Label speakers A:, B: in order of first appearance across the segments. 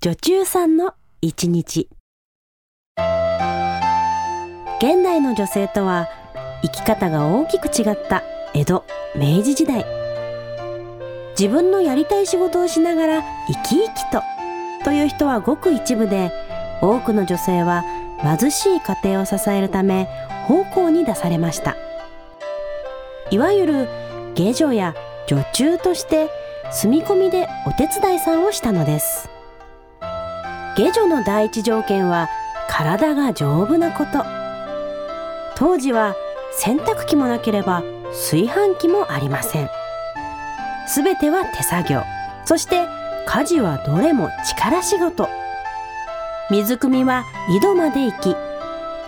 A: 女中さんの一日現代の女性とは生き方が大きく違った江戸明治時代自分のやりたい仕事をしながら生き生きとという人はごく一部で多くの女性は貧しい家庭を支えるため奉公に出されましたいわゆる下女や女中として住み込みでお手伝いさんをしたのです下女の第一条件は体が丈夫なこと当時は洗濯機もなければ炊飯器もありませんすべては手作業そして家事はどれも力仕事水汲みは井戸まで行き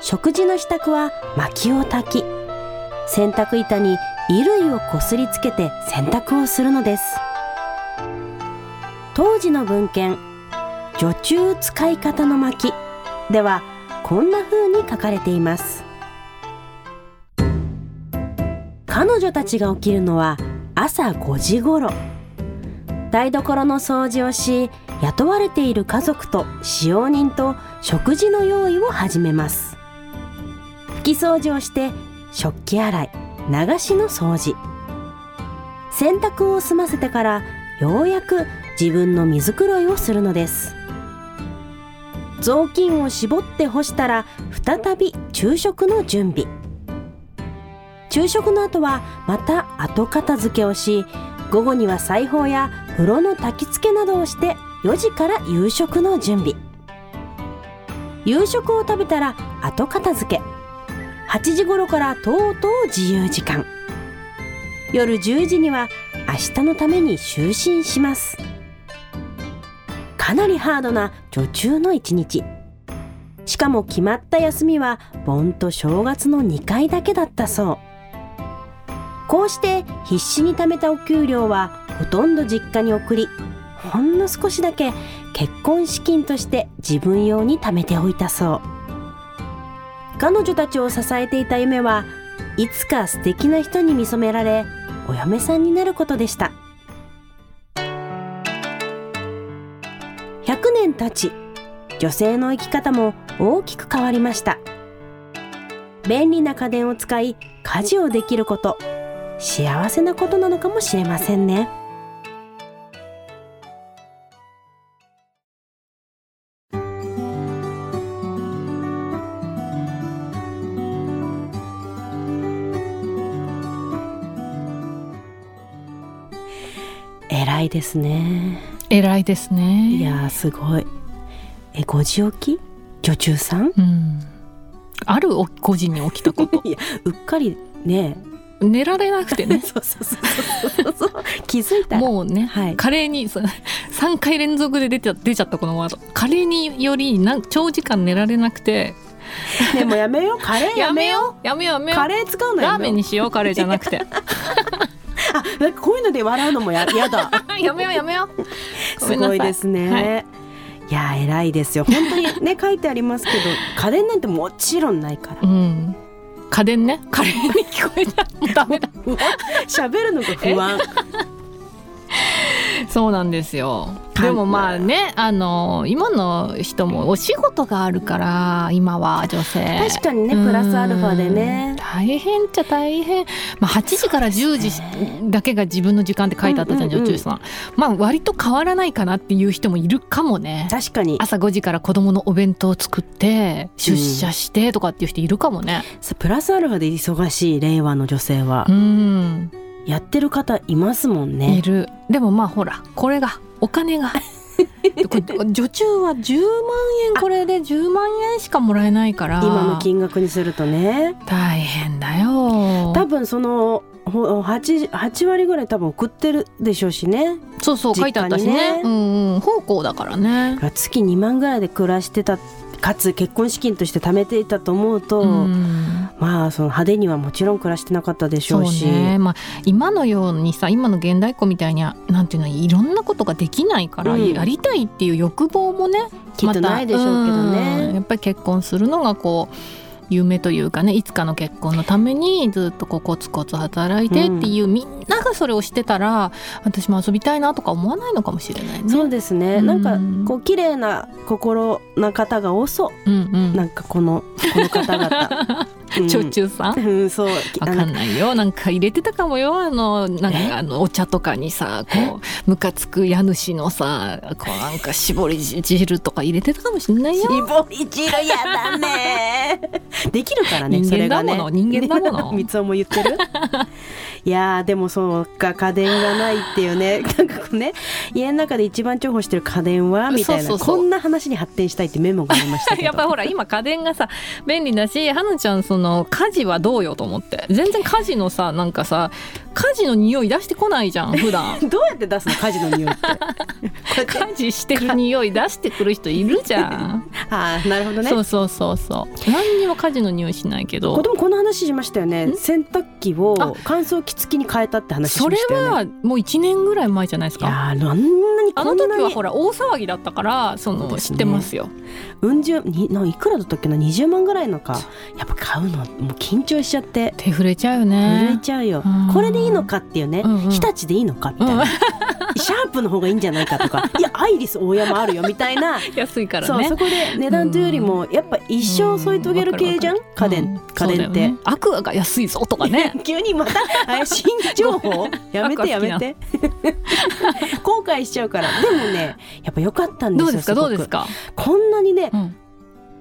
A: 食事の支度は薪を焚き洗濯板に衣類をこすりつけて洗濯をするのです当時の文献「女中使い方の薪」ではこんな風に書かれています彼女たちが起きるのは朝5時頃台所の掃除をし雇われている家族と使用人と食事の用意を始めます拭き掃除をして食器洗い流しの掃除洗濯を済ませてからようやく自分の水くろいをするのです雑巾を絞って干したら再び昼食の準備昼食の後はまた後片付けをし午後には裁縫や風呂の焚き付けなどをして4時から夕食の準備夕食を食べたら後片付け8時頃からとうとう自由時間夜10時には明日のために就寝しますかなりハードな女中の一日しかも決まった休みは盆と正月の2回だけだったそうこうして必死に貯めたお給料はほとんど実家に送りほんの少しだけ結婚資金として自分用に貯めておいたそう彼女たちを支えていた夢はいつか素敵な人に見初められお嫁さんになることでした100年経ち女性の生き方も大きく変わりました便利な家電を使い家事をできること幸せなことなのかもしれませんね偉いですね
B: 偉いですね
A: いやーすごいえご時起き女中さ ん
B: うんあるお5時に起き たこと
A: うっかりね
B: 寝られなく てね
A: そうそうそうそう そう気づいたら
B: もうね、
A: はい
B: カレーに3回連続で出ちゃ出ちゃったこのワードカレーによりなん長時間寝られなくて
A: でもやめようカレーやめよ
B: うやめようや
A: う
B: めよう
A: カレー使うのやめよう
B: ラーメンにしようカレーじゃなくて
A: あなんかこういうので笑うのも ややだ
B: やめようやめようご
A: す
B: めんなさい
A: ごいですね、い、や偉いですよ本当にね書いてありますけど家電なんてもちろんないから
B: うん家電ねカレーに聞こえたもうダメだ
A: うわ 喋るのが不安
B: そうなんですよでもまあねあの今の人もお仕事があるから今は女性
A: 確かにねプラスアルファでね
B: うん大変っちゃ大変、まあ、8時から10時だけが自分の時間って書いてあったじゃん、
A: うんうんうん
B: 女中さんまあ割と変わらないかなっていう人もいるかもね
A: 確かに
B: 朝5時から子供のお弁当を作って出社してとかっていう人いるかもね
A: さプラスアルファで忙しい令和の女性は
B: うん、
A: やってる方いますもん
B: い
A: ね
B: るでもまあほらこれがお金 がこれ女中は10万円これで10万円しかもらえないから
A: 今の金額にするとね
B: 大変だよ
A: 多分そのほ 8, 8割ぐらい多分送ってるでしょうしね
B: そうそう書いてあったし
A: 実家にね
B: ねうんうん方向だからね
A: 月2万ぐらいで暮らしてたかつ結婚資金として貯めていたと思うと、
B: うん
A: まあその派手にはもちろん暮らしてなかったでしょうし
B: そうね、まあ、今のようにさ今の現代っ子みたいにあなんていうのいろんなことができないから、
A: うん
B: やりたいっていう欲望もね
A: きっとないでしょうけど
B: またんや
A: ね。
B: っぱり結婚するのがこう夢というかねいつかの結婚のためにずっとこうコツコツ働いてっていう、みんながそれをしてたら私も遊びたいなとか思わないのかもしれないね。
A: そうですね、
B: うん
A: なんかこう綺麗な心な方が多そ
B: うん
A: うなんかこのこの方々 う
B: うんん、焼酎さん
A: うんそう
B: わかんないよなんか入れてたかもよあのなん
A: え
B: かあのお茶とかにさこうムカつく家主のさこうなんか絞り汁とか入れてたかもしれないよ
A: 絞り汁やだね できるからね
B: 人
A: それ
B: 間
A: が
B: だ
A: ね
B: もの、人間だもの
A: 三つも言って るいやーでもそうか家電がないっていうね なんかこうね家の中で一番重宝してる家電はみたいな
B: そうそうそう
A: こんな話に発展したいってメモがありましたけど
B: やっぱほら今家電がさ便利だしはなちゃんその家事はどうよと思って全然家事のさなんかさ家事の匂い出してこないじゃん 普段
A: どうやって出すの家事の 匂いってこうやって
B: 家事してる匂い出してくる人いるじゃん、
A: ああなるほどね
B: そうそうそうそう何にも家事の匂いしないけど
A: 子供この話しましたよね
B: ん
A: 洗濯機を
B: あ
A: 乾燥機付きに変えたって話し
B: そ
A: ま
B: れ
A: したよね
B: はもう1年ぐらい前じゃないです
A: いやー
B: か
A: あんなに
B: あ
A: こ
B: の
A: んな
B: 時は
A: に
B: ほら大騒ぎだったからそ
A: そう
B: の
A: です
B: 知
A: ね
B: ってますよ
A: うん十にないくらだったっけな20万ぐらいのかやっぱ買うのもう緊張しちゃって
B: 手震えちゃうよ
A: 震え
B: ね
A: ちゃうよ
B: うん
A: これでいいのかっていうね
B: うんうん
A: 日立でいいのかみたいなシャープの方がいいんじゃないかと かいやアイリス大山あるよみたいな
B: 安いから
A: そう
B: ね
A: そこで値段というよりもやっぱ一生添い遂げる系じゃん家電家電って。
B: てアクアが安いぞと かね
A: 急にまた怪しい情報やめてやめて 後悔しちゃうからでもねやっぱ良かったんです
B: ど
A: よ
B: うですか
A: ごく
B: どうですか、
A: こんなにね
B: うん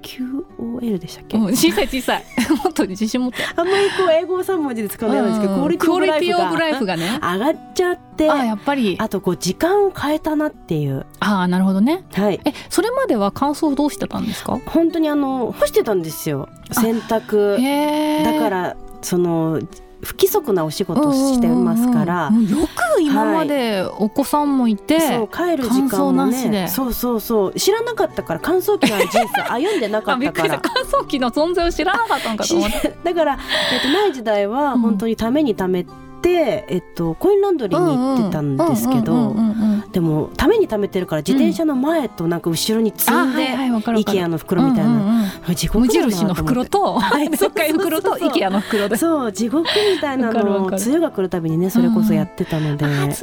A: QOL でしたっけ、
B: うん小さい小さい もっと自信持って
A: あんまりこう英語を3文字で使わないんですけど、
B: うん
A: クオリティオブライフ
B: クオリティオ
A: が
B: ブライフがね
A: 上がっちゃって
B: あ
A: あ
B: やっぱりあ
A: とこう時間を変えたなっていう
B: あーなるほどね
A: はい
B: えそれまでは感想どうしてたんですか
A: 本当にあの干してたんですよ
B: あ
A: 洗濯
B: へ
A: だかららその不規則なお仕事をしてますから、
B: よく今までお子さんもいて、
A: そう帰る時間も
B: 乾燥なし
A: ね
B: で
A: そうそうそう知らなかったから乾燥機のある人生歩んでなか
B: あ
A: っ
B: びったく
A: か
B: りした
A: ら
B: 乾燥機の存在を知らなかったのかと思って
A: だから、えっと、ない時代は
B: うん
A: 本当にためにためて、えっと、コインランドリーに行ってたんですけど、
B: うんうんうんうんうん
A: でもためにためてるから自転車の前となんか後ろに積
B: あ
A: ん
B: はい
A: で、
B: はいわかるわかる
A: IKEA の袋みたいな、
B: うんうんうん
A: 地獄
B: 無
A: だなと
B: 印
A: 思
B: の
A: って
B: 袋と
A: はい
B: でっかい袋と
A: そうそうそうそう
B: IKEA の袋で
A: そう地獄みたいな
B: わかる
A: の
B: わ
A: を
B: か
A: 梅
B: る
A: 雨が来るたびにねそれこそやってたので、
B: あ梅雨はね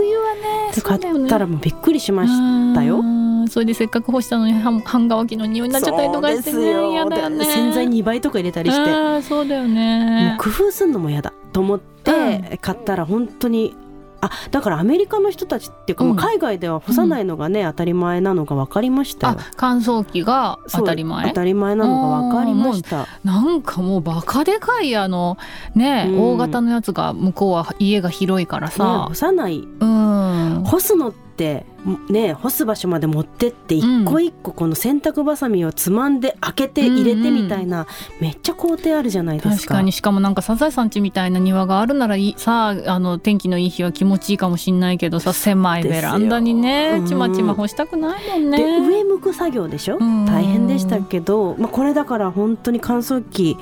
A: で買ったらもうびっくりしましたたよ
B: それでせっかく干したのに半半乾きの匂いになっちゃったりとかして
A: そうですよ
B: ね嫌だよね
A: 洗剤2倍とか入れたりして
B: あーそうだよ
A: もう
B: ね
A: 工夫すんのも嫌だと思って買ったら本当に、あだからアメリカの人たちっていうか、もう
B: うん
A: 海外では干さないのがね、当たり前なのが分かりました
B: あ
A: よ。
B: 乾燥機が
A: そう
B: 当たり
A: 当
B: 前
A: たり前なのが分かりました。
B: なんかもうバカでかいあのね、
A: うん
B: 大型のやつが向こうは家が広いから
A: ね
B: さ、
A: 干さない
B: うん
A: 干すのってね干す場所まで持ってって
B: うん
A: 一個一個この洗濯ばさみをつまんで開けて入れてみたいな、めっちゃ工程あるじゃないです
B: 確
A: か。
B: かにしかもなんかサザエさん家みたいな庭があるならいいさあの天気のいい日は気持ちいいかもしんないけどさ狭いベランダにね
A: です
B: ち
A: よ
B: まちま干したくないもんね。
A: で上向く作業でしょ、
B: うん
A: 大変でしたけど、まあ、これだから本当に乾燥機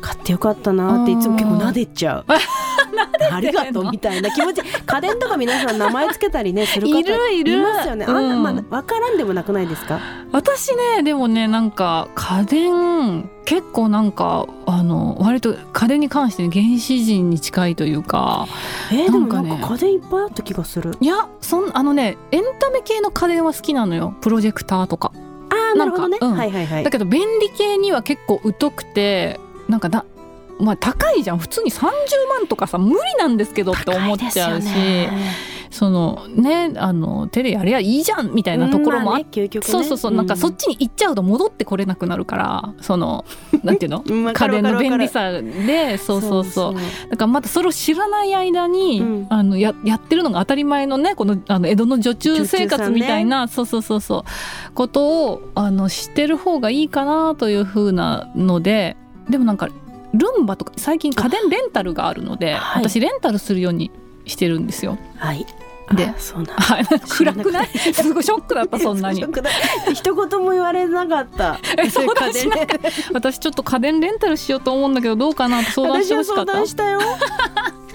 A: 買ってよかったなっていつも結構撫でち ゃう。ありがとうみたいな気持ち家電とか皆さん名前つけたりねする方
B: いるいる
A: いますよねあんな、
B: うん
A: まあ、分からんでもなくないですか
B: 私ねでもねなんか家電結構なんかあの割と家電に関して原始人に近いというか
A: えーでもなん
B: なん
A: か
B: かね
A: 家電いっぱいあった気がする
B: いやそんあのねエンタメ系の家電は好きなのよプロジェクターとか。
A: あーなるほどね、
B: なんかうん
A: はいはいはい
B: だけど便利系には結構疎くてなんかだまあ高いじゃん普通に30万とかさ無理なんですけどって思っちゃうし、
A: 高いですよね
B: そのねあのテレやりゃいいじゃんみたいなとこ
A: う
B: ろもあっ
A: んまあね究極ね
B: そうそうそう、なんかそっちに行っちゃうと戻ってこれなくなるからそのなんていうの家電の便利
A: さ
B: さでそうそうそうだからまたそれを知らない間に、
A: うん
B: あのややってるのが当たり前のねこのあの江戸の女中生活みたいな、そうそうそうそうことをあのしてる方がいいかなというふうなのででもなんかルンバとか最近家電レンタルがあるので、
A: はい
B: 私レンタルするようにしてるんですよ。
A: はい
B: で
A: あそうなんだ
B: はい暗くないすごいショックだったそんなに
A: ショックだ 一言も言われなかった。
B: え相談しな
A: ね。
B: 私ちょっと家電レンタルしようと思うんだけどどうかなと相談し
A: 私
B: てほ
A: は
B: しか
A: 相
B: った
A: 談したよ。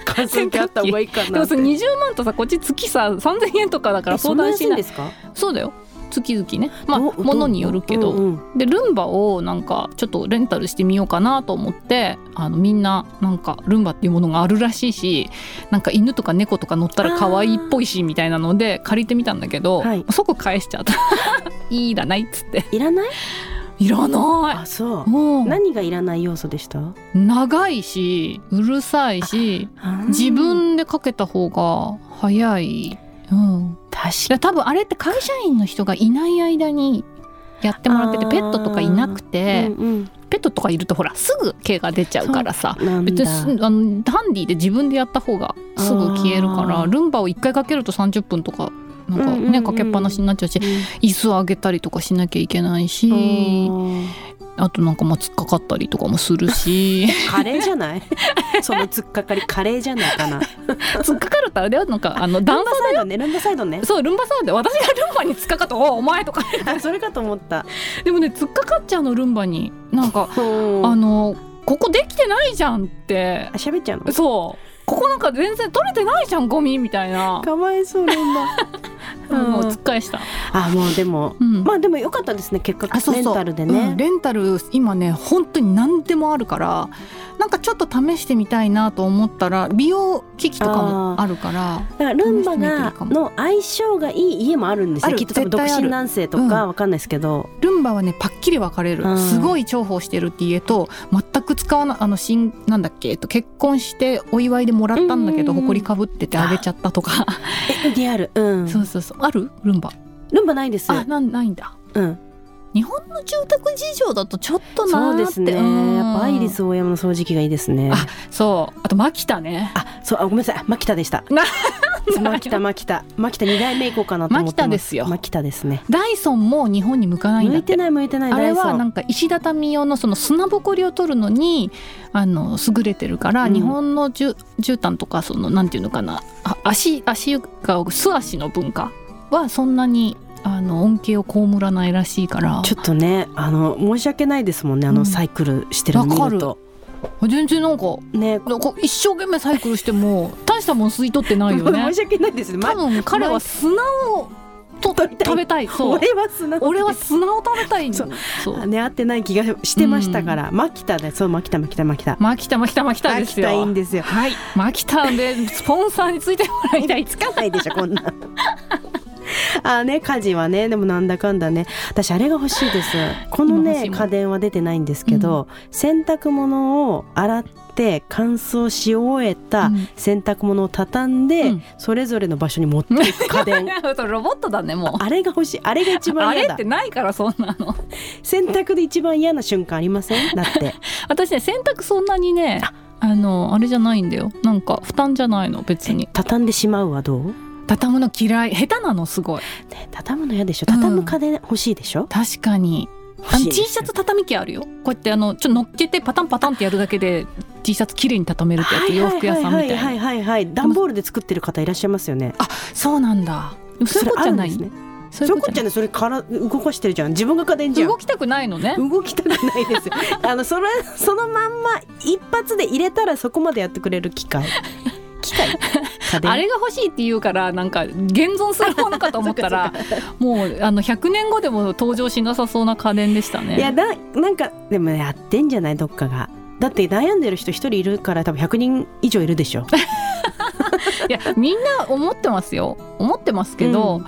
A: 感染
B: 洗濯機
A: 機あった方がいいか
B: で
A: な
B: も
A: って。
B: それ20万とさこっち月さ3000円とかだから
A: えそ
B: 相
A: んな
B: 談
A: 安
B: し
A: いん
B: ない
A: ですか？
B: そうだよ。月々ねまあ
A: ど
B: ものによるけど、
A: うんうん
B: でルンバをなんかちょっとレンタルしてみようかなと思ってあのみんななんかルンバっていうものがあるらしいしなんか犬とか猫とか乗ったら可愛いっぽいしみたいなので借りてみたんだけど、
A: はい
B: 即返しちゃった いいらないっつって
A: いらない
B: いらな
A: あそう
B: いもう
A: 何がいらない要素でした
B: 長いしうるさいし自分でかけた方が早い、うん、
A: 確か
B: で多分あれって会社員の人がいない間にやってもらってて
A: あー
B: ペットとかいなくて、
A: うんうん
B: ペットとかいるとほらすぐ毛が出ちゃうからさ
A: なん
B: 別に
A: だ
B: すあのハンディで自分でやった方がすぐ消えるか
A: あ
B: ら
A: ー
B: ルンバを1回かけると30分とかなんかね、
A: うんうんうん
B: かけっぱなしになっちゃうし椅子を上げたりとかしなきゃいけないし、
A: うん
B: あとなんかまあ突っかかったりとかもする し
A: カレーじゃ ないその突っかかりカレーじゃないかな
B: 突っかかるとあれはなんかあの
A: ルン
B: 段
A: バサイドねルンバサイドね
B: そうルンバさんで私がルンバに突っかかったおいお前とか
A: あそれかと思った
B: でもね突っかかっちゃうのルンバになんか
A: うん
B: あ
A: あ
B: のここできてないじゃんって
A: 喋っちゃうの
B: そうここなんか全然取れてないじゃんゴミみたいな
A: かわいそうルンバうん
B: もうつっかえした、
A: あもうでも
B: うん
A: まあでも良かったですね結
B: あ
A: 果
B: そう
A: レン
B: そう
A: タルで
B: う
A: ね
B: んレンタル今ね本当に何でもあるからなんかちょっと試してみたいなと思ったら美容機器とかもあるから
A: だからルンバが
B: 試してみていいかも
A: の相性がいい家もあるんです
B: あ
A: よ
B: る
A: きっと多分独
B: 絶対ある
A: 身男性とかわかんないですけど
B: ルンバはねパッキリ分かれる、
A: うん
B: すごい重宝してるって家と全く使わないあの新なんだっけ、えっと、結婚してお祝いでもらったんだけど
A: うん
B: 埃かぶっててあげちゃったとか
A: えリアルうん
B: そうそうそうあるルンバ
A: ルンバないです
B: あなんないんだ
A: うん
B: 日本の住宅事情だとちょっとな
A: そう
B: ーって
A: ですね
B: ん
A: やっぱアイリス大山の掃除機がいいですね
B: あそうあとマキタね
A: あそうあごめんなさいマキタでした
B: な
A: マキタマキタマキタ二代目行こうかなと思ってます
B: マキタですよ
A: マキタですね
B: ダイソンも日本に向かないん
A: 向
B: だっ
A: いて
B: て
A: ない向いてない
B: あれ
A: ダイ
B: は
A: ソン
B: なんか石畳用のその砂ぼこりを取るのにあの優れてるから、
A: うん
B: 日本のじゅ絨毯とかそのなんていうのかなあ足足床を素足の文化はそんなにあの恩恵を被らないらしいから
A: ちょっとねあの申し訳ないですもんねあの、
B: うん
A: サイクルしてるの見ると
B: 全然なんか
A: ね
B: なんか一生懸命サイクルしても大したもん吸い取ってないよね
A: 申し訳ないですね、ま
B: 多分彼は砂をと
A: 取りたい
B: 食べたいそう
A: 俺は砂
B: 俺は砂を食べたいん
A: そう
B: そ う
A: ね合ってない気がしてましたから、マキタでそうマキタマキタマキタ
B: マキタマキタマキタですよ。
A: マキタいいんですよ
B: はい、マキタでスポンサーについてもらいたい。
A: つかないでしょこんなあね家事はねでもなんだかんだね私あれが欲しいですこの
B: 今欲し
A: ね
B: いもん
A: 家電は出てないんですけど、洗濯物を洗って乾燥し終えた
B: うん
A: 洗濯物を畳んで、
B: うん
A: それぞれの場所に持っていく家 電
B: ロボットだねも
A: あれが欲しいあれが一
B: う。あ
A: 番嫌
B: れ
A: だ
B: ってないからそんなの。
A: 洗濯で一番嫌な瞬間ありませんだ って
B: 私ね洗濯そんなにね。あのあれじゃないんだよなんか負担じゃないの別に
A: 畳んでしまうはどう、
B: 畳むの嫌い下手なのすごい
A: ね、畳むの嫌でしょ畳む家電欲しいでしょ、
B: 確かにあ
A: 欲しい
B: の
A: です
B: T シャツ畳み機あるよこうやってあのちょっと乗っけてパタンパタンってやるだけで T シャツ綺麗に畳めるってやつ洋服屋さんみた
A: は
B: いない
A: はいはいはいはい段ボールで作ってる方いらっしゃいますよね
B: そうなんだでもそういうことじゃない
A: それあるんですね
B: そうい
A: そうういう
B: こ
A: こととじゃ
B: じゃな
A: ないそれから動かしてるじゃん自分が家電
B: い
A: じゃん
B: 動きたくないのね
A: 動きたくないです あのそれそのまんま一発で入れたらそこまでやってくれる機 械機械家電
B: あれが欲しいって言うからなんか現存するものかと思ったらもうあの100年後でも登場しなさそうな家電でしたね。
A: いやだなんかでもやってんじゃないどっかがだって悩んでる人一人いるから多分100人以上いるで しょ
B: いやみんな思ってますよ思ってますけど、
A: う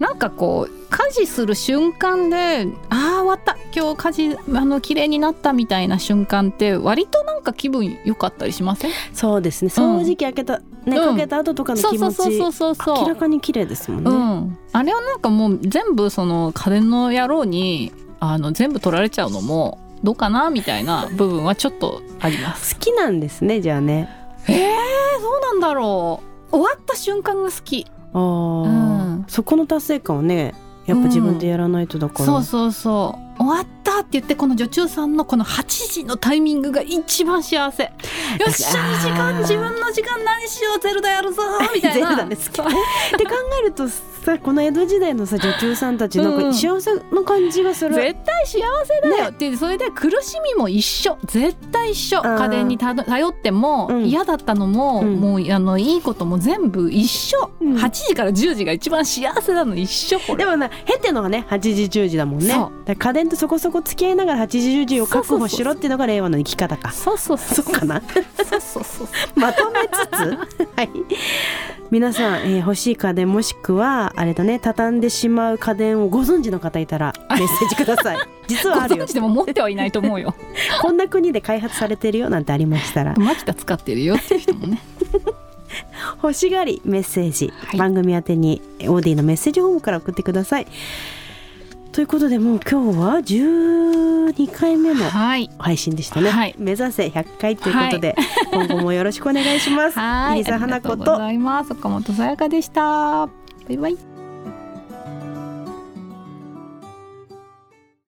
B: なんかこう家事する瞬間でああ終わった今日家事あの綺麗になったみたいな瞬間って割となんか気分良かったりしません
A: そうですね掃除機開けた、ね
B: うん
A: かけた後とかの
B: そう
A: 気
B: そ
A: 持
B: うそう
A: ち
B: そうそうそう
A: 明らかに綺麗ですもんね、
B: うん、あれはなんかもう全部その家電の野郎にあの全部取られちゃうのもどうかなみたいな部分はちょっとあります。
A: 好きなんですねじゃあね
B: えー、そうなんだろう終わった瞬間が好き
A: あー、
B: うん
A: そこの達成感をねやっぱ自分でやらないとだから、
B: そうそうそう終わったって言ってこの女中さんのこの8時のタイミングが一番幸せよっしゃ
A: あー
B: 時 間自分の時間何しようゼルダやるぞみたいな
A: ゼルダね好き
B: そう
A: って考えるとさこの江戸時代のさ女中さんたちなん
B: うん
A: か幸せの感じがする、
B: 絶対幸せだよって、それで苦しみも一緒絶対一緒
A: あー
B: 家電にたど頼っても、
A: うん
B: 嫌だったのも、
A: うん
B: もうあのいいことも全部一緒、
A: うん
B: 8時から10時が一番幸せなの一緒これ
A: でもな経てのがね8時10時だもんね
B: そう
A: だから家電とそこそこ付き合いながら8時10時を確保しろっていうのが令和の生き方か
B: そうそうそう
A: そうか な
B: そうそうそう
A: まとめつつ はい皆さん、えー欲しい家電もしくはあれだね畳んでしまう家電をご存知の方いたらメッセージくださ い実
B: ご
A: はあるよ
B: 存知でも持ってはいないと思 うよ
A: こんな国で開発されてるよなんてありましたら
B: マキタ使ってるよっていう人もね
A: 欲しがりメッセージ、
B: はい
A: 番組宛てにオーディのメッセージホームから送ってくださいということでもう今日は12回目の
B: はい
A: 配信でしたね、
B: はい
A: 目指せ100回ということで、今後もよろしくお願いします
B: はい
A: 入澤
B: あり
A: 花
B: がと
A: 子
B: うご
A: と
B: ざいます岡本さやかでしたバイバイ